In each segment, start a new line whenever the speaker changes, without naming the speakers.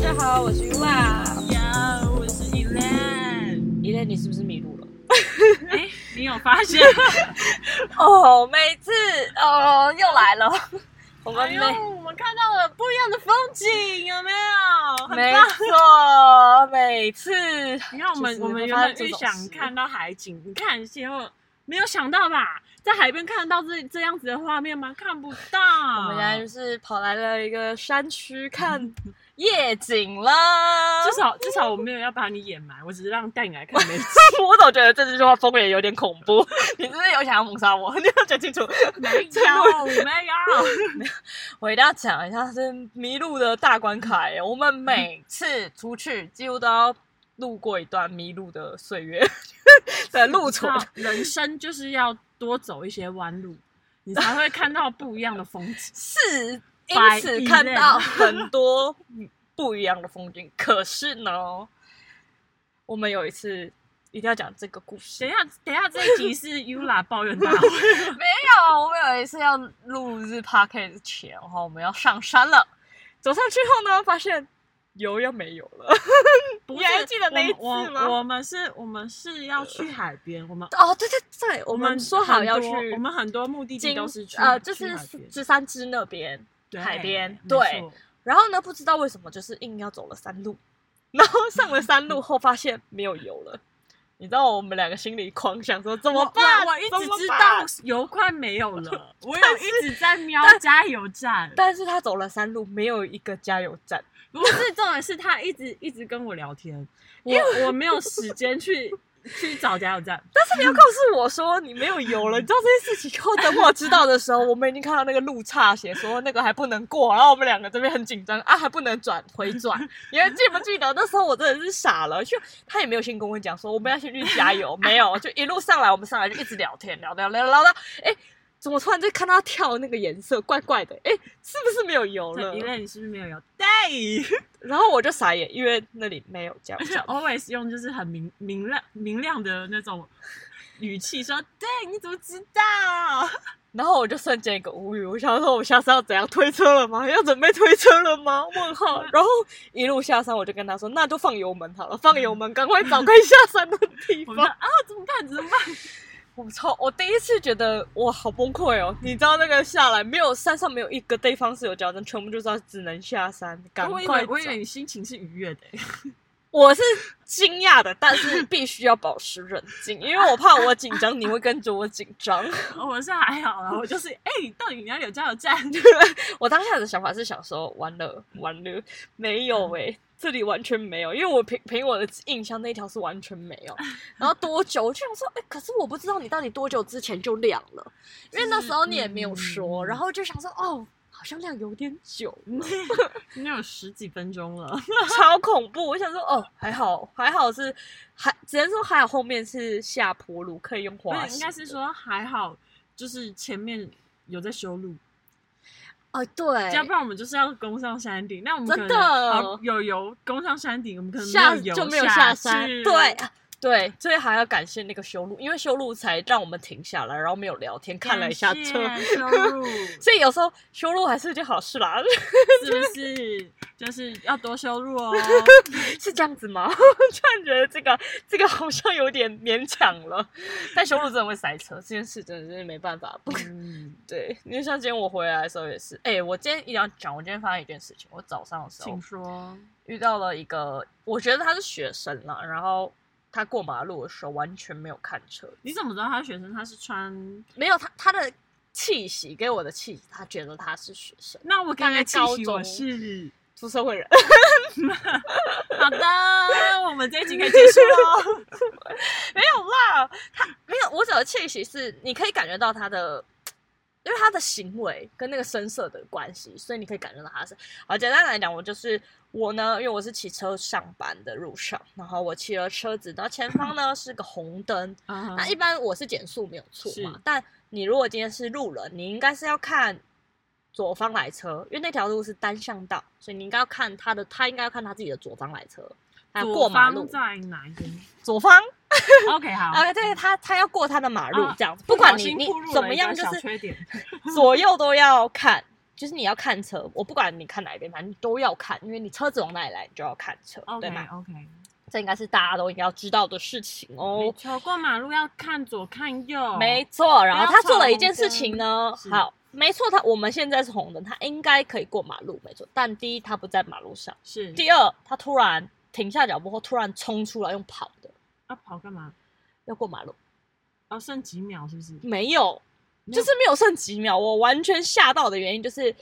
家好，我是 u 啊。
呀，我是 Elan。
伊莲，你是不是迷路了？
哎，你有发现？
哦，每次哦又来了， 我们
哎
每、
呦，我们看到了不一样的风景，有没有？很
没
棒。
错，每次
你看，我们
就是
我们
会
原
发
本
生这
预
种
想
事
看到海景，你看结果没有想到吧？在海边看得到这这样子的画面吗？看不到。
我
我
们现在就是跑来了一个山区 看夜景 啦。
至少至少我没有要把你掩埋，我只是让带你来看美景。
我总觉得这句话风也有点恐 怖，你是不是有想要谋杀我？你要讲清楚。
没有，没有。
我一定要讲一下，是迷路的大关卡耶！我们每次出去几乎都要路过一段迷路的岁月 的路途。
人生就是要多走一些弯路，你才会看到不一样的风景。
是因
百
此
亿
看
内
到很多不一样的风景。可是呢，我们有一次一定要讲这个故事
等一。下，等一下，这一集是 Yula 抱怨 大会。
没有，啊我们有一次要录日 p o d c a s 前，然后我们要上山了。走上去后呢，发现油要没有了。
不
你还记得那一
我们
次吗
我我们是，我们是要去海边，我们
哦，对对对，我们说好要去
很多我们很多目的地
金
都是去
呃，就
去
是
海边
芝山支那边。
对
海边
没
对
错
然后呢，不知道为什么就是硬要走了山路，然后上了山路后发现没有油了。你知道我们两个心里狂想说怎么办？
我我一
怎么
直知道
办
油快没有了，我有
但是
一直在瞄加油站，
但是他走了山路，没有一个加油站。
不是 重点是他一直一直跟我聊天，我我没有时间去去找加油站，
但是你要告诉我说你没有油了，你知道这件事情。后等我知道的时候，我们已经看到那个路岔写说那个还不能过，然后我们两个这边很紧张啊，还不能转回 转。你还记不记得那时候我真的是傻了，就他也没有先跟我讲说我们要先去加油，没有，就一路上来我们上来就一直聊天，聊聊聊聊到哎。怎么突然就看到他跳那个颜色，怪怪的？哎，是不是没有油了
对，？因为你是不是没有油？对
然后我就傻眼，因为那里没有加油站。
，always 用就是很明明亮明亮的那种语气说，对，你怎么知道？
然后我就瞬间一个无语，我想说，我下次要怎样推车了吗？要准备推车了吗？问号。然后一路下山，我就跟他说，那就放油门好了，放油门，赶快找 该下山的地
我们
方。
啊，怎么办？怎么办？
我操！我第一次觉得哇，好崩溃哦！你知道那个下来没有山上没有一个地方是有脚灯，全部就是要只能下山，赶
我以
快
为
走。
我以为你心情是愉 悦的、
我是惊讶的，但是必须要保持冷静，因为我怕我紧张，你会跟着我紧张。
哦我是还好啦，我就是哎、到底你要有 加油站？
我当下的想法是想说，完了完了，没有
嗯
诶、这里完全没有，因为我凭凭我的印象，那条是完全没 有。然后多久？我就想说，哎、可是我不知道你到底多久之前就亮了，因为那时候你也没有说。
嗯
然后就想说，哦，好像亮有点 久，
你有十几分钟了，
超恐怖。我想说，哦，还好还好是还只能说还好，后面是下坡路可以用
不
滑
是
行。
应该是说还好，就是前面有在修路，
哦，对，
要不然我们就是要攻上山顶。那我们
真的
可能好有油攻上山顶，我们可能
下
没有油
就没有
下
山，
去
对。啊对，所以还要感谢那个修路，因为修路才让我们停下来，然后没有聊天，看了一下车，
感谢修路是
所以有时候修路还是件好事啦，
不 是？就是要多修路哦。
是这样子吗？ 突然觉得这个这个好像有点勉强了，但修路真的会塞车，这件事真的是没办法，不
嗯，
对，因为像今天我回来的时候也是，哎、我今天一定要讲，我今天发生一件事情，我早上的时候
请说。
遇到了一个，我觉得他是学生啦，然后他过马路的时候完全没有看车，
你怎么知道他是学生？他是穿？
没有他他的气息给我的气息，他觉得他是学生，
那我
大
刚
概
才
高
气息我
中
是。
出社 会人。
好的，我们这一集可以结束 了。
没有啦，他没有。我指的气息是，你可以感觉到他的，因为他的行为跟那个声色的关系，所以你可以感觉到他是。好，简单来讲，我就是我呢，因为我是骑车上班的路上，然后我骑了车子，然后前方呢是个红灯，
啊
那一般我是减速没有错嘛
是，
但你如果今天是路人，你应该是要看左方来车，因为那条路是单向道，所以你应该要看他的，他应该要看他自己的左方来车，他要过
左
马
方
路，
在哪 一边
左方
？OK，好。
啊，对他他要过他的马路
啊
这样子，不管
小
你
心
你
暴露了
怎么
一个
样，就
小
是
缺点。
左右都要看。就是你要看车，我不管你看哪一边，反正你都要看，因为你车子往哪里来，你就要看车对
，OK
吗？
OK，
这应该是大家都应该要知道的事情
没
哦。
错，过马路要看左看右，
没错，然后他做了一件
闯红
事
灯
情呢，
是
好，没错，他我们现在是红灯，他应该可以过马路，没错。但第一，他不在马路上；
是
第二，他突然停下脚步或突然冲出来用跑的
要跑干嘛？
要过马路，
哦，剩几秒是不是？
没有，
没有
就是没有剩几秒，我完全吓到的原因就是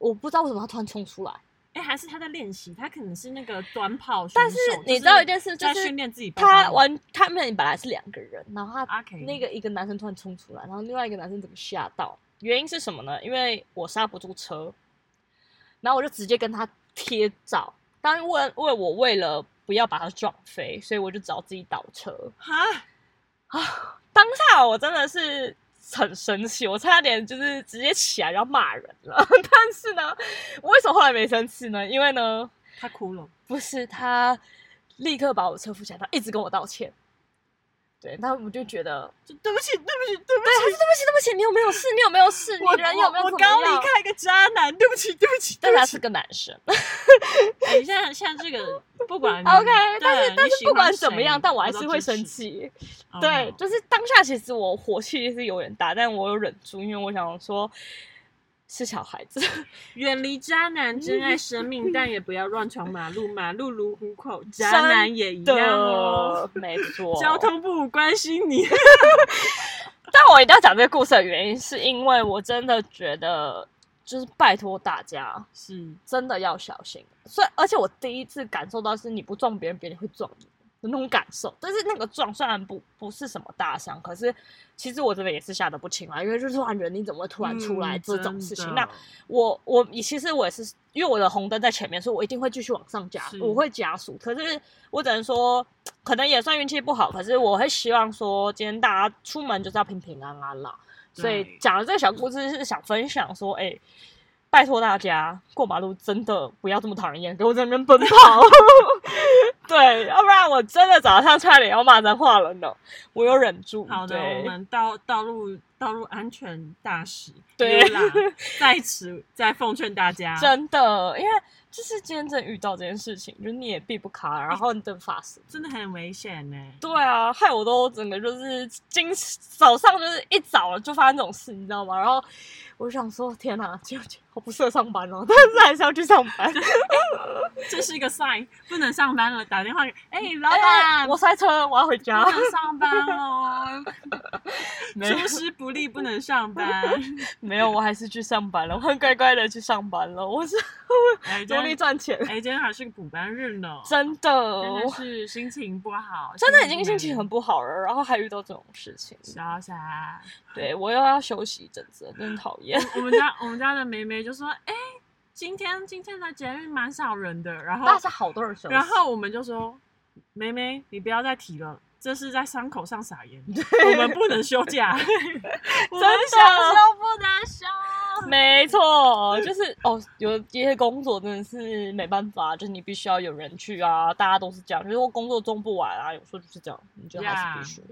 我不知道为什么他突然冲出来，
哎，还是他在练习，他可能是那个短跑选手，
但是你知道一件事
事
就
在
是
训。练自己爆发力，
他完，他们本来是两个人，然后他
OK
那个一个男生突然冲出来，然后另外一个男生整个吓到，原因是什么呢？因为我刹不住车，然后我就直接跟他贴照。当然，为为我为了不要把他撞飞，所以我就只好自己倒车。
哈，
当下我真的是很生气，我差点就是直接起来要骂人了。 但是呢，我为什么后来没生气呢？因为呢，
他哭了，
不是他立刻把我车扶起来，他一直跟我道歉。对，那我就觉得
就对不起，对不起，对不
对，他说对不起，对不起，你有没有事？你有没有事？
起，我
你人有没有
我
怎
我
么样
刚离？开一个渣男，对不起，对不起，
但
对
是
不
他
起
是。个男生
哎，现在现在这 个不管
，OK，
嗯对
但是
你
但是
喜
不
欢
管怎么
谁
样，但我还
都
是会
支持
生气。
哦
对，就是当下其实我火气是有点大，但我有忍住，因为我想说，是小孩子，
远离渣男，珍爱生命，但也不要乱闯马路，马路如虎口，渣
真
男也一样哦
的。，没错。
交，通部关心你，
但我一定要讲这个故事的原因，是因为我真的觉得，就是拜托大家，
是
真的要小心。所以，而且我第一次感受到是你不撞别人，别人会撞你的那种感受。但是那个撞虽然不不是什么大伤，可是其实我真的也是吓得不轻啊，因为就是突然人你怎么会突然出来、
嗯
这种事情？
真的
那我我其实我也是，因为我的红灯在前面，所以我一定会继续往上加
是，
我会加速。可是我只能说，可能也算运气不好。可是我会希望说，今天大家出门就是要平平安安啦。
对
所以讲的这个小故事是想分享说，哎、拜托大家过马路真的不要这么讨人厌，给我在那边奔 跑。对，要不然我真的早上差点要骂脏话了呢。我有忍住。
好的，
对
我们道道路道路安全大使
对
Yula 在此再奉劝大 家，
真的，因为就是今天真的遇到这件事情，就是你也避不开，啊然后你等发生。
真的很危险呢。
对啊，害我都整个就是今早上就是一早就发生这种事，你知道吗？然后我想说，天哪、就就好不适合上班哦，但是还是要去上班。
这是一个 sign，不能上班了，打电话给哎老
哎
板，
我塞车，我要回家
不。能上班喽，
没有
出师不利不能上班。
没有，我还是去上班了，我很乖乖的去上班了。我是
哎，
努
今
力
天
赚钱，
哎，今天还是个补班日呢，
真的，
真的
我
是心情不好，
真的已经哦啊心情很
不
不好了，然后还遇到这种事情，
潇洒。
对我又要休息一阵子了，真讨 厌。
我们家我们家的梅梅就说，哎，今天今天的节日蛮少人的，然后
但是好多人休息，
然后我们就说，梅梅，你不要再提了，这是在伤口上撒 盐，我们不能休假，我们
的
想休不能休。
没错，就是哦，有一些工作真的是没办法，就是你必须要有人去啊，大家都是这样，就是我工作做不完啊，有时候就是这样，你就还是
Yeah
必须。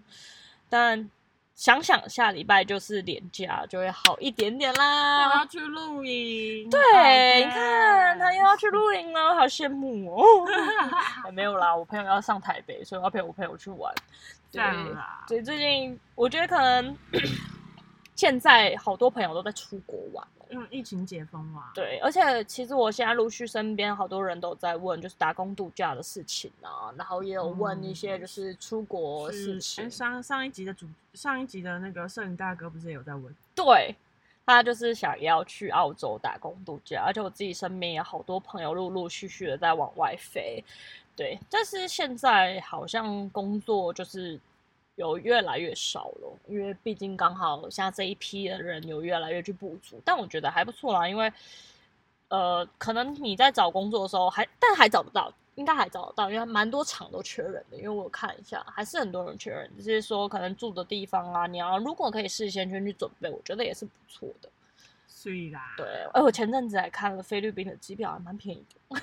但想想下礼拜就是年假，就会好一点点
我要
啦。
去露营。
对，
哎
你看他又要去露营了，好羡慕哦。哎没有啦，我朋友要上台北，所以我要陪我朋友去玩。对
赞啦
所以最近我觉得可能 现在好多朋友都在出国玩。
因为疫情解封嘛。
对，而且其实我现在陆续身边好多人都在问，就是打工度假的事情啊，然后也有问一些就是出国的事
嗯是，
情。
哎，上上一集的主上一集的那个摄影大哥不是也有在问？
对，他就是想要去澳洲打工度假，而且我自己身边也好多朋友陆陆续续的在往外飞。对，但是现在好像工作就是有越来越少了，因为毕竟刚好像这一批的人有越来越去补足，但我觉得还不错啦，因为呃，可能你在找工作的时候还，但还找不到。应该还找得到，因为蛮多厂都缺人的。因为我有看一下，还是很多人缺人，只是说可能住的地方啊，你要如果可以事先先去准备，我觉得也是不错的。
所以啦，
对，哎，我前阵子还看了菲律宾的机票，还蛮便宜的，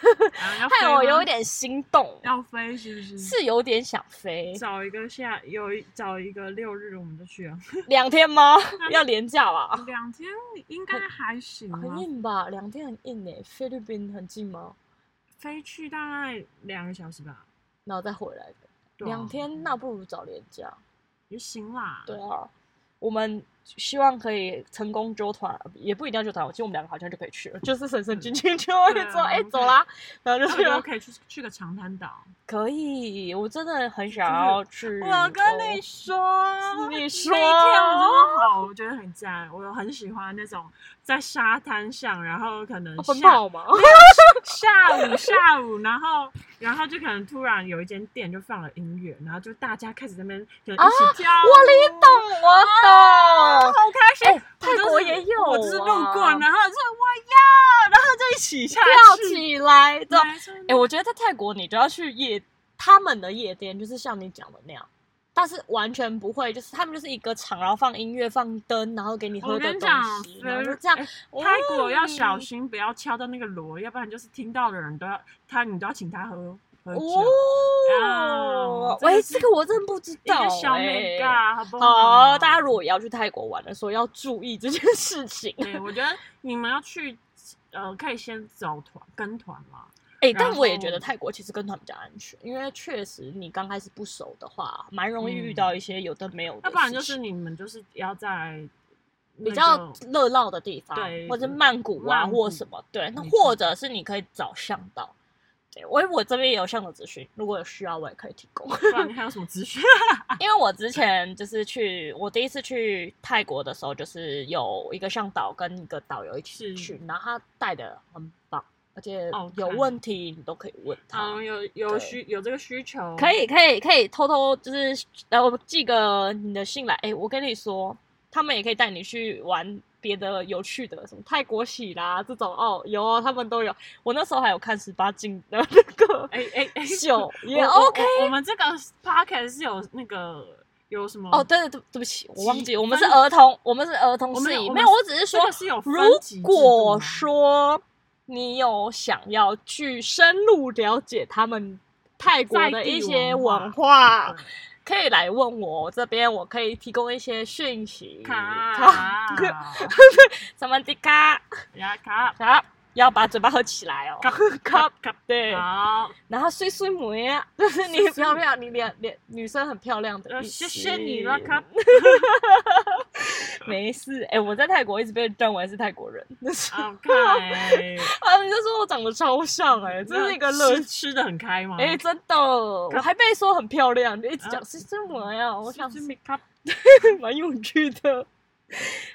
啊要
害
飞
我有
吗
点心动，
要飞，是不是？
是有点想飞。
找一个下有一找一个六日我们就去了，
两天 吗？要廉价吧？
两天应该还行啊
很。硬吧？两天很硬诶、菲律宾很近吗？
飞去大概两个小时吧，
然后再回来的，
对啊
两天那不如找廉价。
也行啦。
对啊，我们希望可以成功揪团，也不一定要揪团。我记得我们两个好像就可以去 了，就是神神经经就会
对啊
说：“哎、哎
我们可以
走啦！”然后就
差
去
不多
了。
可以去啊去个长滩岛。
可以，我真的很想
就是
要去。
我跟你说，
哦你
那一天我
说
真的好，我觉得很赞，我很喜欢那种在沙滩上，然后可能
哦奔
下
跑吗？
下午下午，然后然后就可能突然有一间店就放了音乐，然后就大家开始在那边可能一起跳舞、
啊我懂，我 懂。
好开心！
哎
我就是
泰国也有
我就是路过，
啊
然后就哇呀，然后就一起下
跳
去。
起来的。
没错
哎、我觉得在泰国你就要去夜他们的夜店，就是像你讲的那样，但是完全不会，就是他们就是一个场，然后放音乐、放灯，然后给你喝
我
的
跟你
东
讲
西，然后就
菲
这样
哎。泰国要小
嗯
心，不要敲到那个锣，要不然就是听到的人都要他，你都要请他喝喝酒。
哦
啊，
喂，这
这个是
个我真的不知
一
道、
个小美
哎
嘎，好不
好，
啊
大家如果也要去泰国玩的时候，要注意这件事情。
对，我觉得你们要去，呃，可以先走团跟团嘛。
哎、
然
但我也觉得
后
泰国其实跟团比较安全，因为确实你刚开始不熟的话，蛮容易遇
嗯
到一些有的没有的事情。
要不然就是你们就是要在、
比 较热闹的地方，
对嗯
或者曼谷啊
曼谷
或什么，对，那
没错
或者是你可以找向导。对，我我这边也有向导咨询，如果有需要我也可以提供。
不然你还有什么资讯？
因为我之前就是去，我第一次去泰国的时候，就是有一个向导跟一个导游一起
是
去，然后他带的很棒，而且
哦
有
看
问题你都可以问他。
嗯，有有需有这个需求，
可以，可以，可以偷偷就是来，我寄个你的信来。哎、我跟你说，他们也可以带你去玩别的有趣的，什么泰国喜啦这种哦，有哦，他们都有。我那时候还有看十八禁的那个
哎哎哎，
秀，也
我我
OK。
我我们这个 podcast 是有那个有什么
哦，对对对，对不起，我忘记，
几
我们是
分
儿童，我们是儿童
我
事
们
宜，
我
哦没
们
有，我只是说
这个是有分级
如
制度
果
吗
说你有想要去深入了解他们泰国
在
的
地
一些文
文
化
对，
可以来问我，我这边我可以提供一些讯息。
卡
什么的卡
呀卡
啊，要把嘴巴合起来哦。
卡
卡
卡卡，
对，
好，
然后睡睡母呀，就是你
睡睡
漂亮，你脸脸女生很漂亮的
呃
一集，
谢谢你了卡。
没事，哎、我在泰国一直被认为是泰国人，那是啊，
OK，
你就说我长得超像、哎， 这是一个乐
吃吃的很开吗？
哎、真的，我还被说很漂亮，你一直讲
啊
是什么呀？我想
是卡，
蛮有趣的。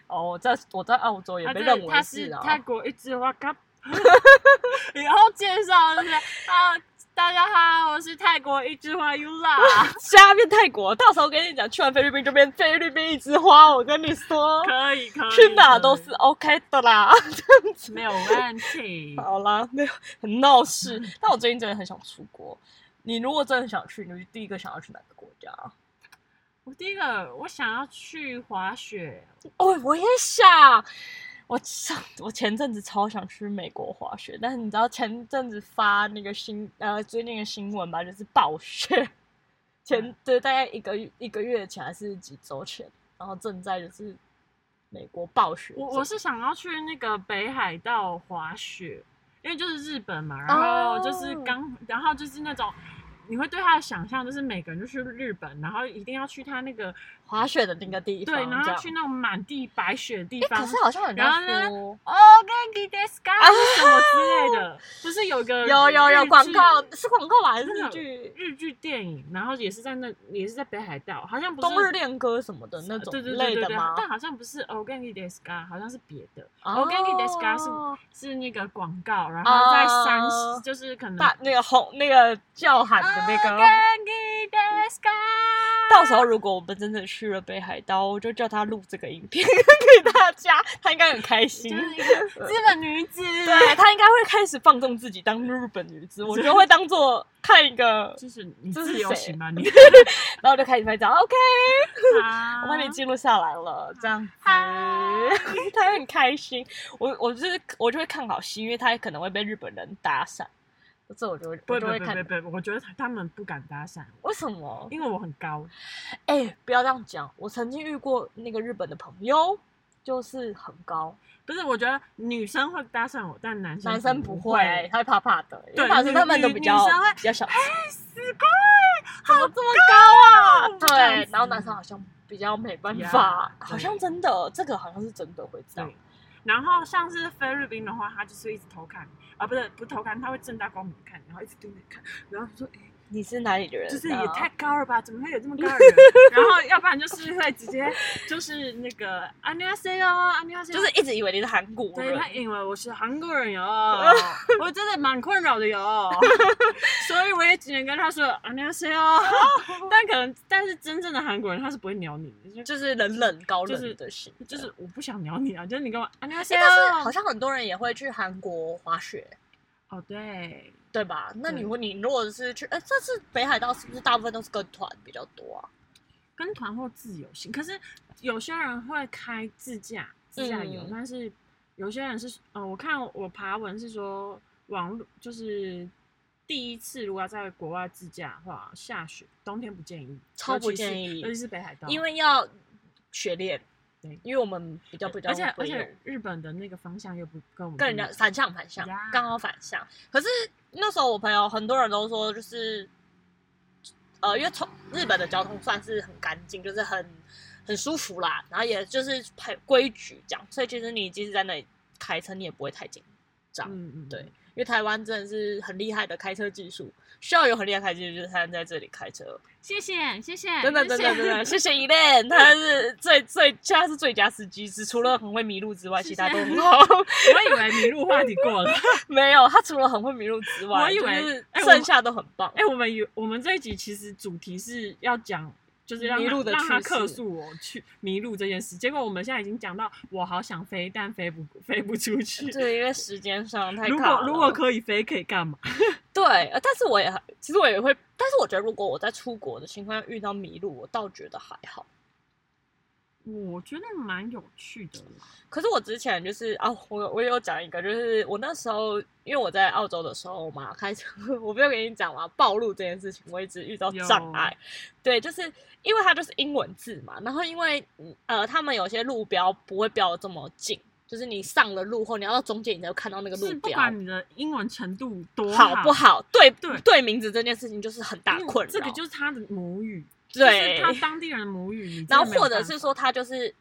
哦，我在我在澳洲也被认为
他
是
是
啊，
泰国一枝花 卡。以后介绍就是啊，大家好，我是泰国一枝花 Yula，
下面泰国，到时候跟你讲，去完菲律宾就变菲律宾一枝花，我跟你说，
可以可以，嗯
去哪都是 OK 的啦。
没有问题。
好啦，没有很闹事，
嗯
但我最近真的很想出国。你如果真的想去，你第一个想要去哪个国家？
我第一个我想要去滑雪，
哦，我也想。我上我前阵子超想去美国滑雪，但是你知道前阵子发那个新呃最近的新闻吧，就是暴雪。
嗯
前对，大概一个月一个月前还是几周前，然后正在就是美国暴雪中。
我我是想要去那个北海道滑雪，因为就是日本嘛，然
哦
后就是刚然后就是那种你会对他的想象就是每个人就去日本，然后一定要去他那个
滑雪的那个地方，
对，然
这
后
样
去那种满地白雪的地
诶
方。
可是好像很多
然后呢
说
哦，跟 g i d e s k 什么之类 的，不是有一个
有有有
呃日
广
剧
告是广告吧，还是
那
日
个
剧？
日剧电影，然后也是在那也是在北海道，好像不是
冬日恋歌什么的那种
对对对
类
对
的
对
吗，？
但好像不是 Organic Deska，好像是别的。
哦
Organic Deska 是是那个广告，然后在山西、
哦
就是可能啊
大那个红那个叫喊的那个。
Organic Deska，
到时候如果我们真的去了北海道，我就叫他录这个影片 给大家，他应该很开心
就。是一个资本女子，
对他应该会开始放纵自己当日本女子，我就会当做看一个，
就是你
这
自
是
由
谁
行吧，你
然后就开始拍照。OK，
啊
我帮你记录下来了，这样子， 他会很开心。我我就是我就会看好戏，因为他可能会被日本人搭讪，这我就会
不
我
会
就
不
会
会
看
不。会，我觉得他们不敢搭讪我，
为什么？
因为我很高，
哎、不要这样讲。我曾经遇过那个日本的朋友，就是很高，
不是，我觉得女生会搭讪我，但男生
男生不会
会，。哎
他会怕怕的，因为
对
男生
女
他们都
女
比较
女生会
比较小气，
死鬼，
怎么这么高啊？
这样
对
子，
然后男生好像比较没办法
Yeah，
好像真的，这个好像是真的会这样
对。然后像是菲律宾的话，他就是一直偷看你，啊，不是不偷看，他会正大光明地看你，然后一直盯着你看，然后说，哎、
你是哪里的人、啊？
就是也太高了吧，怎么会有这么高的 人？然后要不然就是会直接就是那个안녕하세요안녕하세요，
就是一直以为你是韩国
对
人
他，以为我是韩 国人哟，我真的蛮困扰的哟，所以我也只能跟他说안녕하세요，但 可能但是真正的韩国人他是不会鸟你的，就
就是冷冷高
就
冷
是
的型。
就是我不想鸟你啊，就是你跟我안녕하세
哎，但是
요
好，像很多人也会去韩国滑雪，
哦对，
对吧？那你
对
会，你如果是去，哎，这次北海道是不是大部分都是跟团比较多啊？
跟团或自由行，可是有些人会开自驾自驾游，
嗯
但是有些人是，呃，我看我爬文是说网路就是第一次如果要在国外自驾的话，下雪冬天不建议，
超不
尤其是
建议
尤其是北海道，
因为要雪练
对，
因为我们比较比较哦
而且
不
而
会
且
用
日本的那个方向又不跟我们
跟人家反向反向
呀，
刚好反向。可是那时候我朋友很多人都说，就是呃，因为从日本的交通算是很干净，就是很很舒服啦，然后也就是很规矩这样，所以其实你即使在那里开车，你也不会太紧张。
嗯嗯
对因为台湾真的是很厉害的开车技术，需要有很厉害的开车技术，就是才能在这里开车。
谢谢谢 谢，
真的
谢
真
谢
的真的，谢谢 e l 他是最最他是最佳司机，只除了很会迷路之外，
谢
其
谢
他都很好。
我以为迷路话题过了，
没有，他除了很会迷路之外，
我以为
就是
哎我
剩下都很棒。
哎、我们有我们这一集其实主题是要讲，就是让
迷
他
路的
让他
趣事
客诉我去迷路这件事。结果我们现在已经讲到，我好想飞，但飞不飞不出去。
对，因为时间上太
如
卡
果
了
如果可以飞，可以干嘛？
对，呃但是我也其实我也会，但是我觉得如果我在出国的情况下遇到迷路，我倒觉得还好。
我觉得蛮有趣的啦。
可是我之前就是啊，我我有讲一个，就是我那时候因为我在澳洲的时候嘛，开车 我不是有跟你讲嘛，暴露这件事情，我一直遇到障碍。对，就是因为它就是英文字嘛，然后因为嗯呃，他们有些路标不会标得这么近，就是你上了路后，你要到中间，你才会看到那个路
是不
标。
管你的英文程度多
好不好？对
对
对，名字这件事情就是很大
因为
困扰。
这个就是他的母语，
对
就是他当地人的母语。你真
然
的
后
没有
或者
办
是
法
说他就是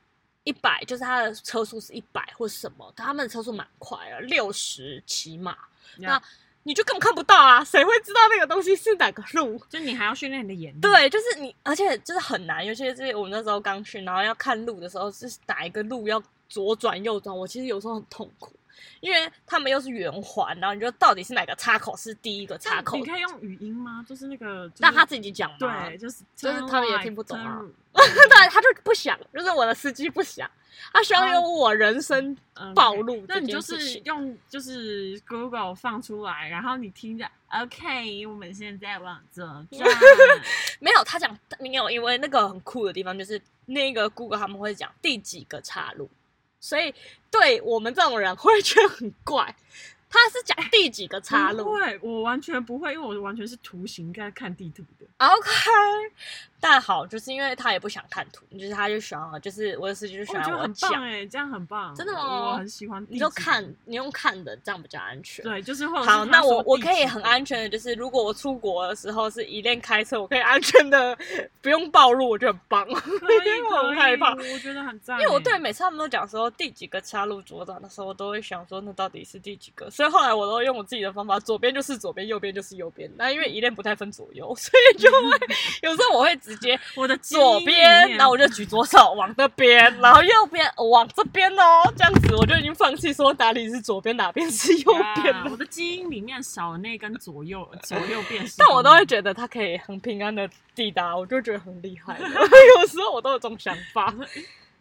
一百，就是他的车速是一百或什么，他们的车速蛮快的，六十起码，那你就根本看不到啊，谁会知道那个东西是哪个路？
就你还要训练你的眼力。
对，就是你，而且就是很难，尤其是我们那时候刚去，然后要看路的时候，是哪一个路要左转右转，我其实有时候很痛苦，因为他们又是圆环，然后你就到底是哪个岔口是第一个
那
岔口
你，可以用语音吗？就是那个，就是
让他自己讲嘛。
对，就是
就是他们也听不懂啊
turn right, turn-
对，他就不想，就是我的司机不想，他希望
嗯
用我人生
嗯
暴
，OK
露
那
这
你
件
就
事
是
情
用就是 Google 放出来，然后你听着，OK，我们现在往左 转，
没有，他讲没有，因为那个很酷的地方就是那个 Google 他们会讲第几个岔路，所以对我们这种人会觉得很怪。他是讲第几个岔
不
路
会，我完全不会，因为我完全是图形在看地图的。
，OK。但好，就是因为他也不想看图，就是他就喜欢，就是我的司机就喜
我觉
欢
得很棒
讲，
哎，这样很棒，
真的吗
我很喜欢。
你就看，，你用看的，这样比较安全。
对，就是或者是
好，
他
那我
说
我
地
可以
址
很安全的，就是如果我出国的时候是一练开车，我可以安全的不用暴露，我觉得很棒，
可以，
因为我
可
很害
以
怕。
我觉得很赞
因
欸。
为我对每次他们都讲说第几个岔路左转的时候，我都会想说那到底是第几个，所所以后来我都用我自己的方法，左边就是左边，右边就是右边。那因为依恋不太分左右， 所以就会 有时候我会直接
我的基
嗯
因
左
里
边，
面
然后我就举左手往这边，然后右边哦往这边哦，这样子我就已经放弃说哪里是左边，哪边是右边
啊
了。
我的基因里面少了那根左右左右 辨识。
但我都会觉得他可以很平安的抵达，我就觉得很厉害了。 有时候我都有这种想法。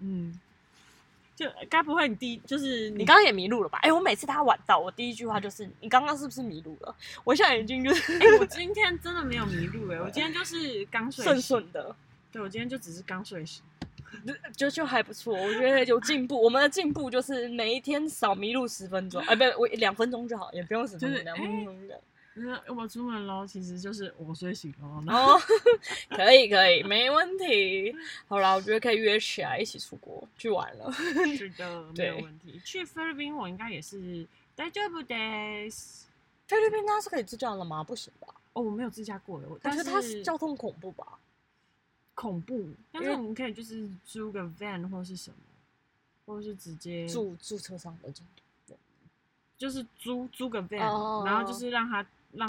嗯，
就该不会你第一就是
你刚刚也迷路了吧？哎、我每次他晚到，我第一句话就是你刚刚是不是迷路了？我现在已经就是
哎、我今天真的没有迷路哎、我今天就是刚睡
顺
醒
顺的，
对我今天就只是刚睡醒。
就就还不错，我觉得有进步。我们的进步就是每一天少迷路十分钟，哎、不，我两分钟就哎好，也不用十分
就是
钟，两分钟的。
就是我出门喽，其实就是我睡醒喽，然后
哦， 可以可以，没问题。好啦，我觉得可以约起来一起出国去玩了。
是 的，没
对
有问题。去菲律宾我应该也是大丈夫です。
菲律宾它是可以自驾的吗？不行吧？
哦，我没有自驾过哎，我
我
但
觉
是
得它是交通恐怖吧。
恐怖，但
因
是
为
我们可以就是租个 van 或是什么，或是直接
住住车上的这样。
就是租租个 van，、
哦
然后就是让他让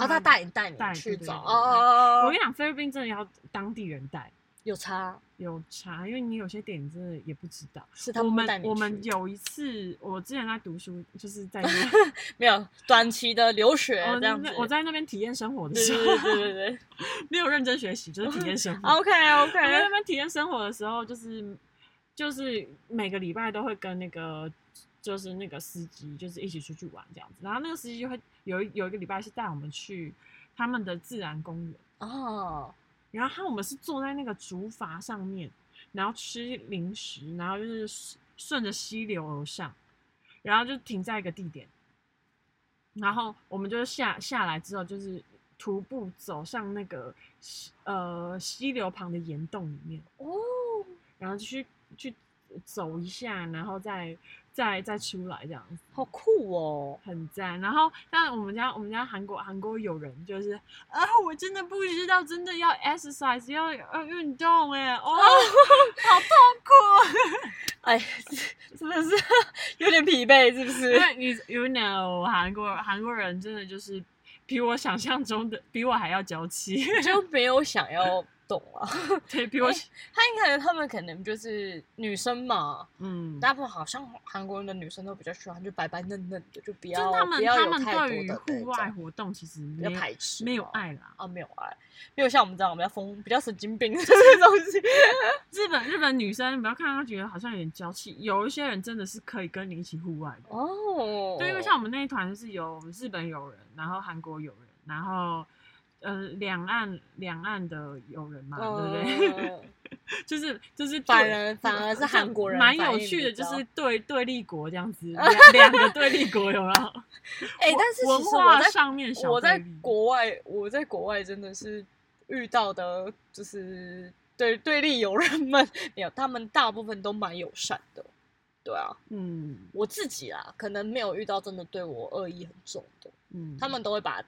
然后他带你啊带
带
你去
对对
找。哦
对
哦
对我
哦
跟
哦，
你讲，菲律宾真的要当地人带
有差，
有差，因为你有些点真的也不知道。
是他
我
们会
们
带你去。
我们有一次，我之前在读书，就 是在那边
没有短期的留学
我
这样子
在。我在哦那边体验生活的
对
时
对
候，
对对对对。
没有认真学习，就是体验生活。
OK
我在那
OK。
边体验生活的时候，就是就是每个礼拜都会跟那个就是那个司机就是一起出去玩这样子，然后那个司机就会有一有一个礼拜是带我们去他们的自然公园，
哦，
然后我们是坐在那个竹筏上面，然后吃零食，然后就是顺顺着溪流而上，然后就停在一个地点，然后我们就是下下来之后，就是徒步走上那个溪呃溪流旁的岩洞里面，
哦，
然后就去去走一下，然后再再再出来这样子。
好酷哦。
很赞。然后，但我们家我们家韩国韩国友人就是啊，我真的不知道，真的要 exercise 要要运动哎，哦，好痛苦。
哎， 真的是 有点疲惫，是不是
因？为你 you know 韩国韩国人真的就是比我想象中的比我还要娇气，
就没有想要懂啊。
对比我、
哎他应该他们可能就是女生嘛，
嗯。
大部分好像韩国人的女生都比较喜欢就白白嫩嫩的，就不
就是
要
他们
不要
他
有
们
太
对于
多的那
户外
种
活动其实
比
没
较
有
排斥，
没有爱啦。
啊，没有爱，没有像我们这样我们比较疯，比较神经病 这种东西。
日本日本女生，不要看她觉得好像有点娇气，有一些人真的是可以跟你一起户外的。
哦，
对，因为像我们那一团是有日本友人，然后韩国友人，然后呃两岸两岸的友人嘛，对 不对？
嗯
就是就是对
反而反而是韩国人
蛮
反
有
应
趣的，
比
就
较
是对对立国这样 子，两两个对立国有没有？
哎、但是
文
其实
化
我在
上面小
我在
对立
国外，我在国外真的是遇到的，就是对对立友人们，没有，他们大部分都蛮友善的。对啊，
嗯
我自己啦，可能没有遇到真的对我恶意很重的，
嗯，
他们都会把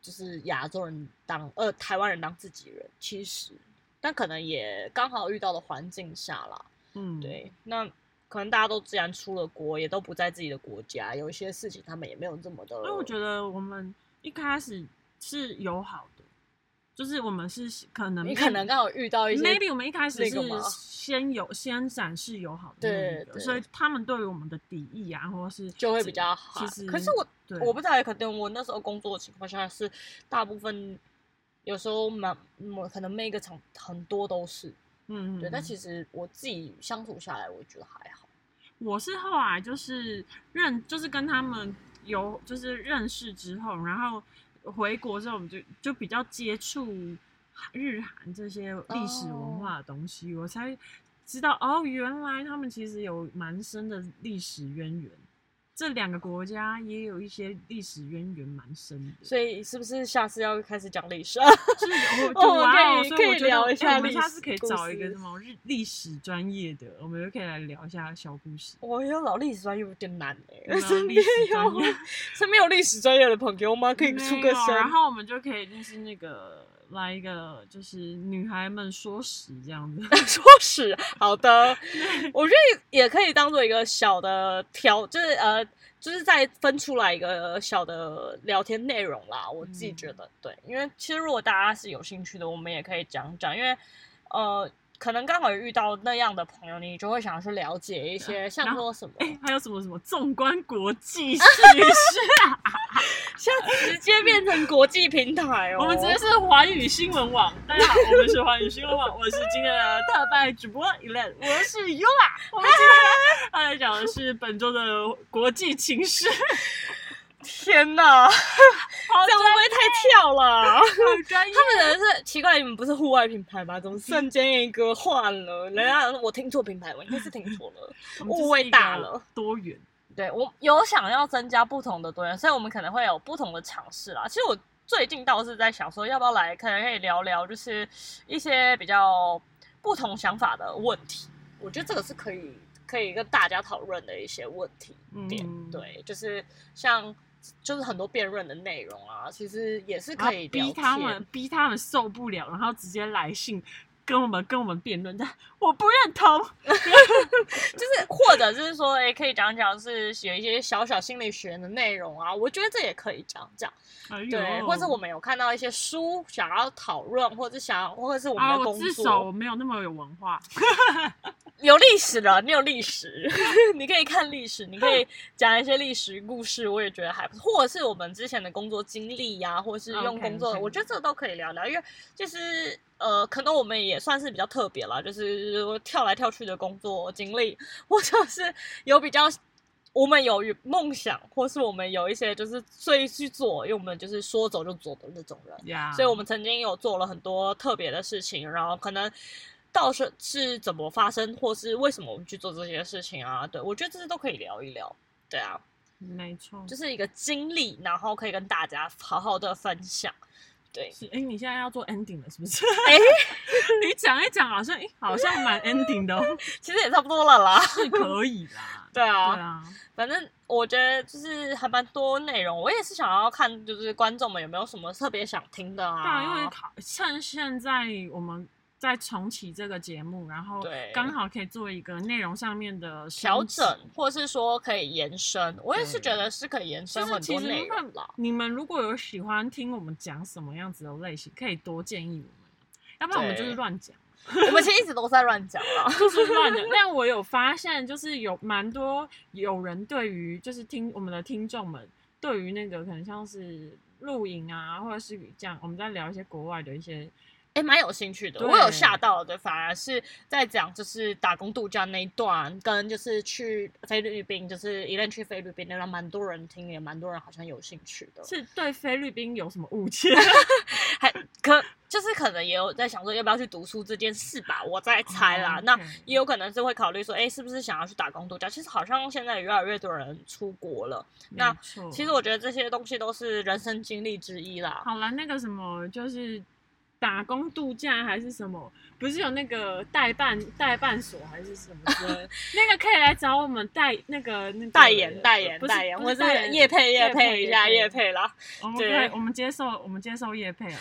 就是亚洲人当呃台湾人当自己人，其实，但可能也刚好遇到的环境下啦，
嗯
对，那可能大家都既然出了国，也都不在自己的国家，有一些事情他们也没有这么的，
因为我觉得我们一开始是友好的，就是我们是可能
你可能刚好遇到一些
maybe 我们一开始
那
是
个吗
先有先展示友好的那一
对
个，
对
所以他们对于我们的敌意啊，或者是
就会比较好
其实。
可是我
对
我不知道，可能我那时候工作的情况下是大部分。有时候蛮，我可能每个场很多都是，
嗯，
对，但其
实
实我自己相处下来，我觉得还好。
我是后来就是认就是跟他们有就是认识之后，然后回国之后，我们就就比较接触日韩这些历史
哦
文化的东西，我才知道哦，原来他们其实有蛮深的历史渊源。这两个国家也有一些历史渊源蛮深的，
所以是不是下次要开始讲历史？啊
就是我
哦
哇
可以
所
可
以
以
我觉
聊
得
一
哎
下
我们
历
下
史
次可以
故
找一个
事
什么日历史专业的，我们就可以来聊一下小故事。
我觉得老历史专业有点难
有
哎、欸，
没有
身
历
边
史专
有
业
身边有历史专业的朋友吗？可以出啊
没
个
有啊
声。
然后我们就可以认识那个来一个就是女孩们说史这样子。
说是 好的，我觉得也可以当做一个小的条，就是呃，就是再分出来一个小的聊天内容啦。我自己觉得、对，因为其实如果大家是有兴趣的，我们也可以讲讲，因为呃，可能刚好遇到那样的朋友，你就会想要去了解一些，像
然后
说什么，
哎、还有什么什么纵观国 际叙事，
现在直接变成国际平 台哦。
我们直接是环宇新闻网。大家好，我们是环宇新闻网，我是今天的特派主播 Elen，我是 Yula。我们今 天要来讲的是本周的国际情势，
天哪，
好
这样会不会太跳了？
专专业。
他们可能是奇怪，你们不是户外品牌吗？怎么瞬间一个换了？人家我听错品牌，我应该是听错了。
我们就是
误会
一个
大了
多元，
对我有想要增加不同的多元，所以我们可能会有不同的尝试啦。其实我最近倒是在想说，要不要来可能可以聊聊，就是一些比较不同想法的问题。我觉得这个是可以可以跟大家讨论的一些问题点。
嗯
对，就是像就是很多辩论的内容啊，其实也是可以
然后
聊
逼他
天
们，逼他们受不了，然后直接来信跟我们跟我们辩论，但我不认同。
就是或者就是说，哎、可以讲讲是有一些小小心理学的内容啊，我觉得这也可以讲讲。
哎呦
对，或者我们有看到一些书想要讨论，或者想要，或者是我们
啊，
的
我
工
自
作、
首，我没有那么有文化。
有历史了，你有历史， 你可以看历史，你可以讲一些历史故事，我也觉得还不错，或者是我们之前的工作经历呀、或者是用
OK，
工作
OK
我觉得这都可以聊聊，因为就是呃，可能我们也算是比较特别啦，就是跳来跳去的工作经历，或者是有比较。我们有梦想，或是我们有一些就是最去做，因为我们就是说走就走的那种人。
呀
所以我们曾经有做了很多特别的事情，然后可能到时是怎么发生，或是为什么我们去做这些事情啊？对我觉得这些都可以聊一聊。对啊，
没错，
就是是一个经历，然后可以跟大家好好的分享。对，
哎，你现在要做 ending 了是不是？
哎
你讲一讲，好像哎，好像蛮 ending 的哦，
其实也差不多了啦。
是可以啦。
对
对
啊，
啊，
反正我觉得就是还蛮多内容，我也是想要看，就是观众们有没有什么特别想听的
对
啊？
啊，因为考趁现在我们。在重启这个节目，然后
对
刚好可以做一个内容上面的升
调
级
整，或是说可以延伸，我也是
对
觉得是可以延
就
伸
是
很
其
多
实
内
那
容啦。
你们如果有喜欢听我们讲什么样子的类型，可以多建议我们，要不然我们就是
对
乱讲，
我们其实一直都在乱讲啊啦。
就是乱讲。但我有发现，就是有蛮多有人对于就是听我们的听众们对于那个可能像是露营啊，或者是这样，我们在聊一些国外的一些
哎，蛮有兴趣的，
对
我有吓到的，反而是在讲就是打工度假那一段，跟就是去菲律宾，就是一旦去菲律宾，那让蛮多人听，也蛮多人好像有兴趣的，
是对菲律宾有什么误解？
还可就是可能也有在想说要不要去读书这件事吧，我在猜啦。
哦
那
OK
也有可能是会考虑说，哎，是不是想要去打工度假？其实好像现在越来越多人出国了，那
没错
其实我觉得这些东西都是人生经历之一啦。
好了，那个什么就是。打工度假还是什么？不是有那个代办代办所还是什么之类的那个可以来找我们代那个那个呃
代言代言
不是
代言，
不
我
是
是
代言
叶配叶
业
配一下
业
叶配啦。
我们可
对
以，我们接受，我们接受业配 啊。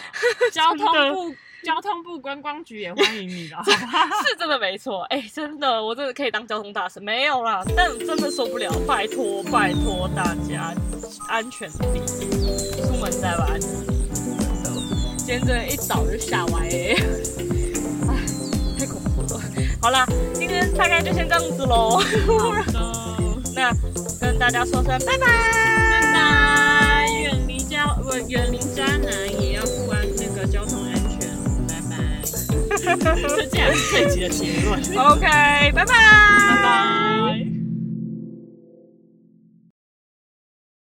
交通
真的
部，交通部观光局也欢迎你的，好不好？
是真的没错，哎、真的，我真的可以当交通大使，没有啦，但真的受不了，拜托拜托大家，安全第一，出门在外安全第一，真的， 今天真的一早就吓歪、欸， 哎，太恐怖了。好啦，今天大概就先这样子喽，那跟大家说声拜拜，
拜拜，远离交，不，远离渣男，也要顾安那个交通安全，拜拜。这竟然是这集的结论，
，OK，拜拜，拜
拜拜。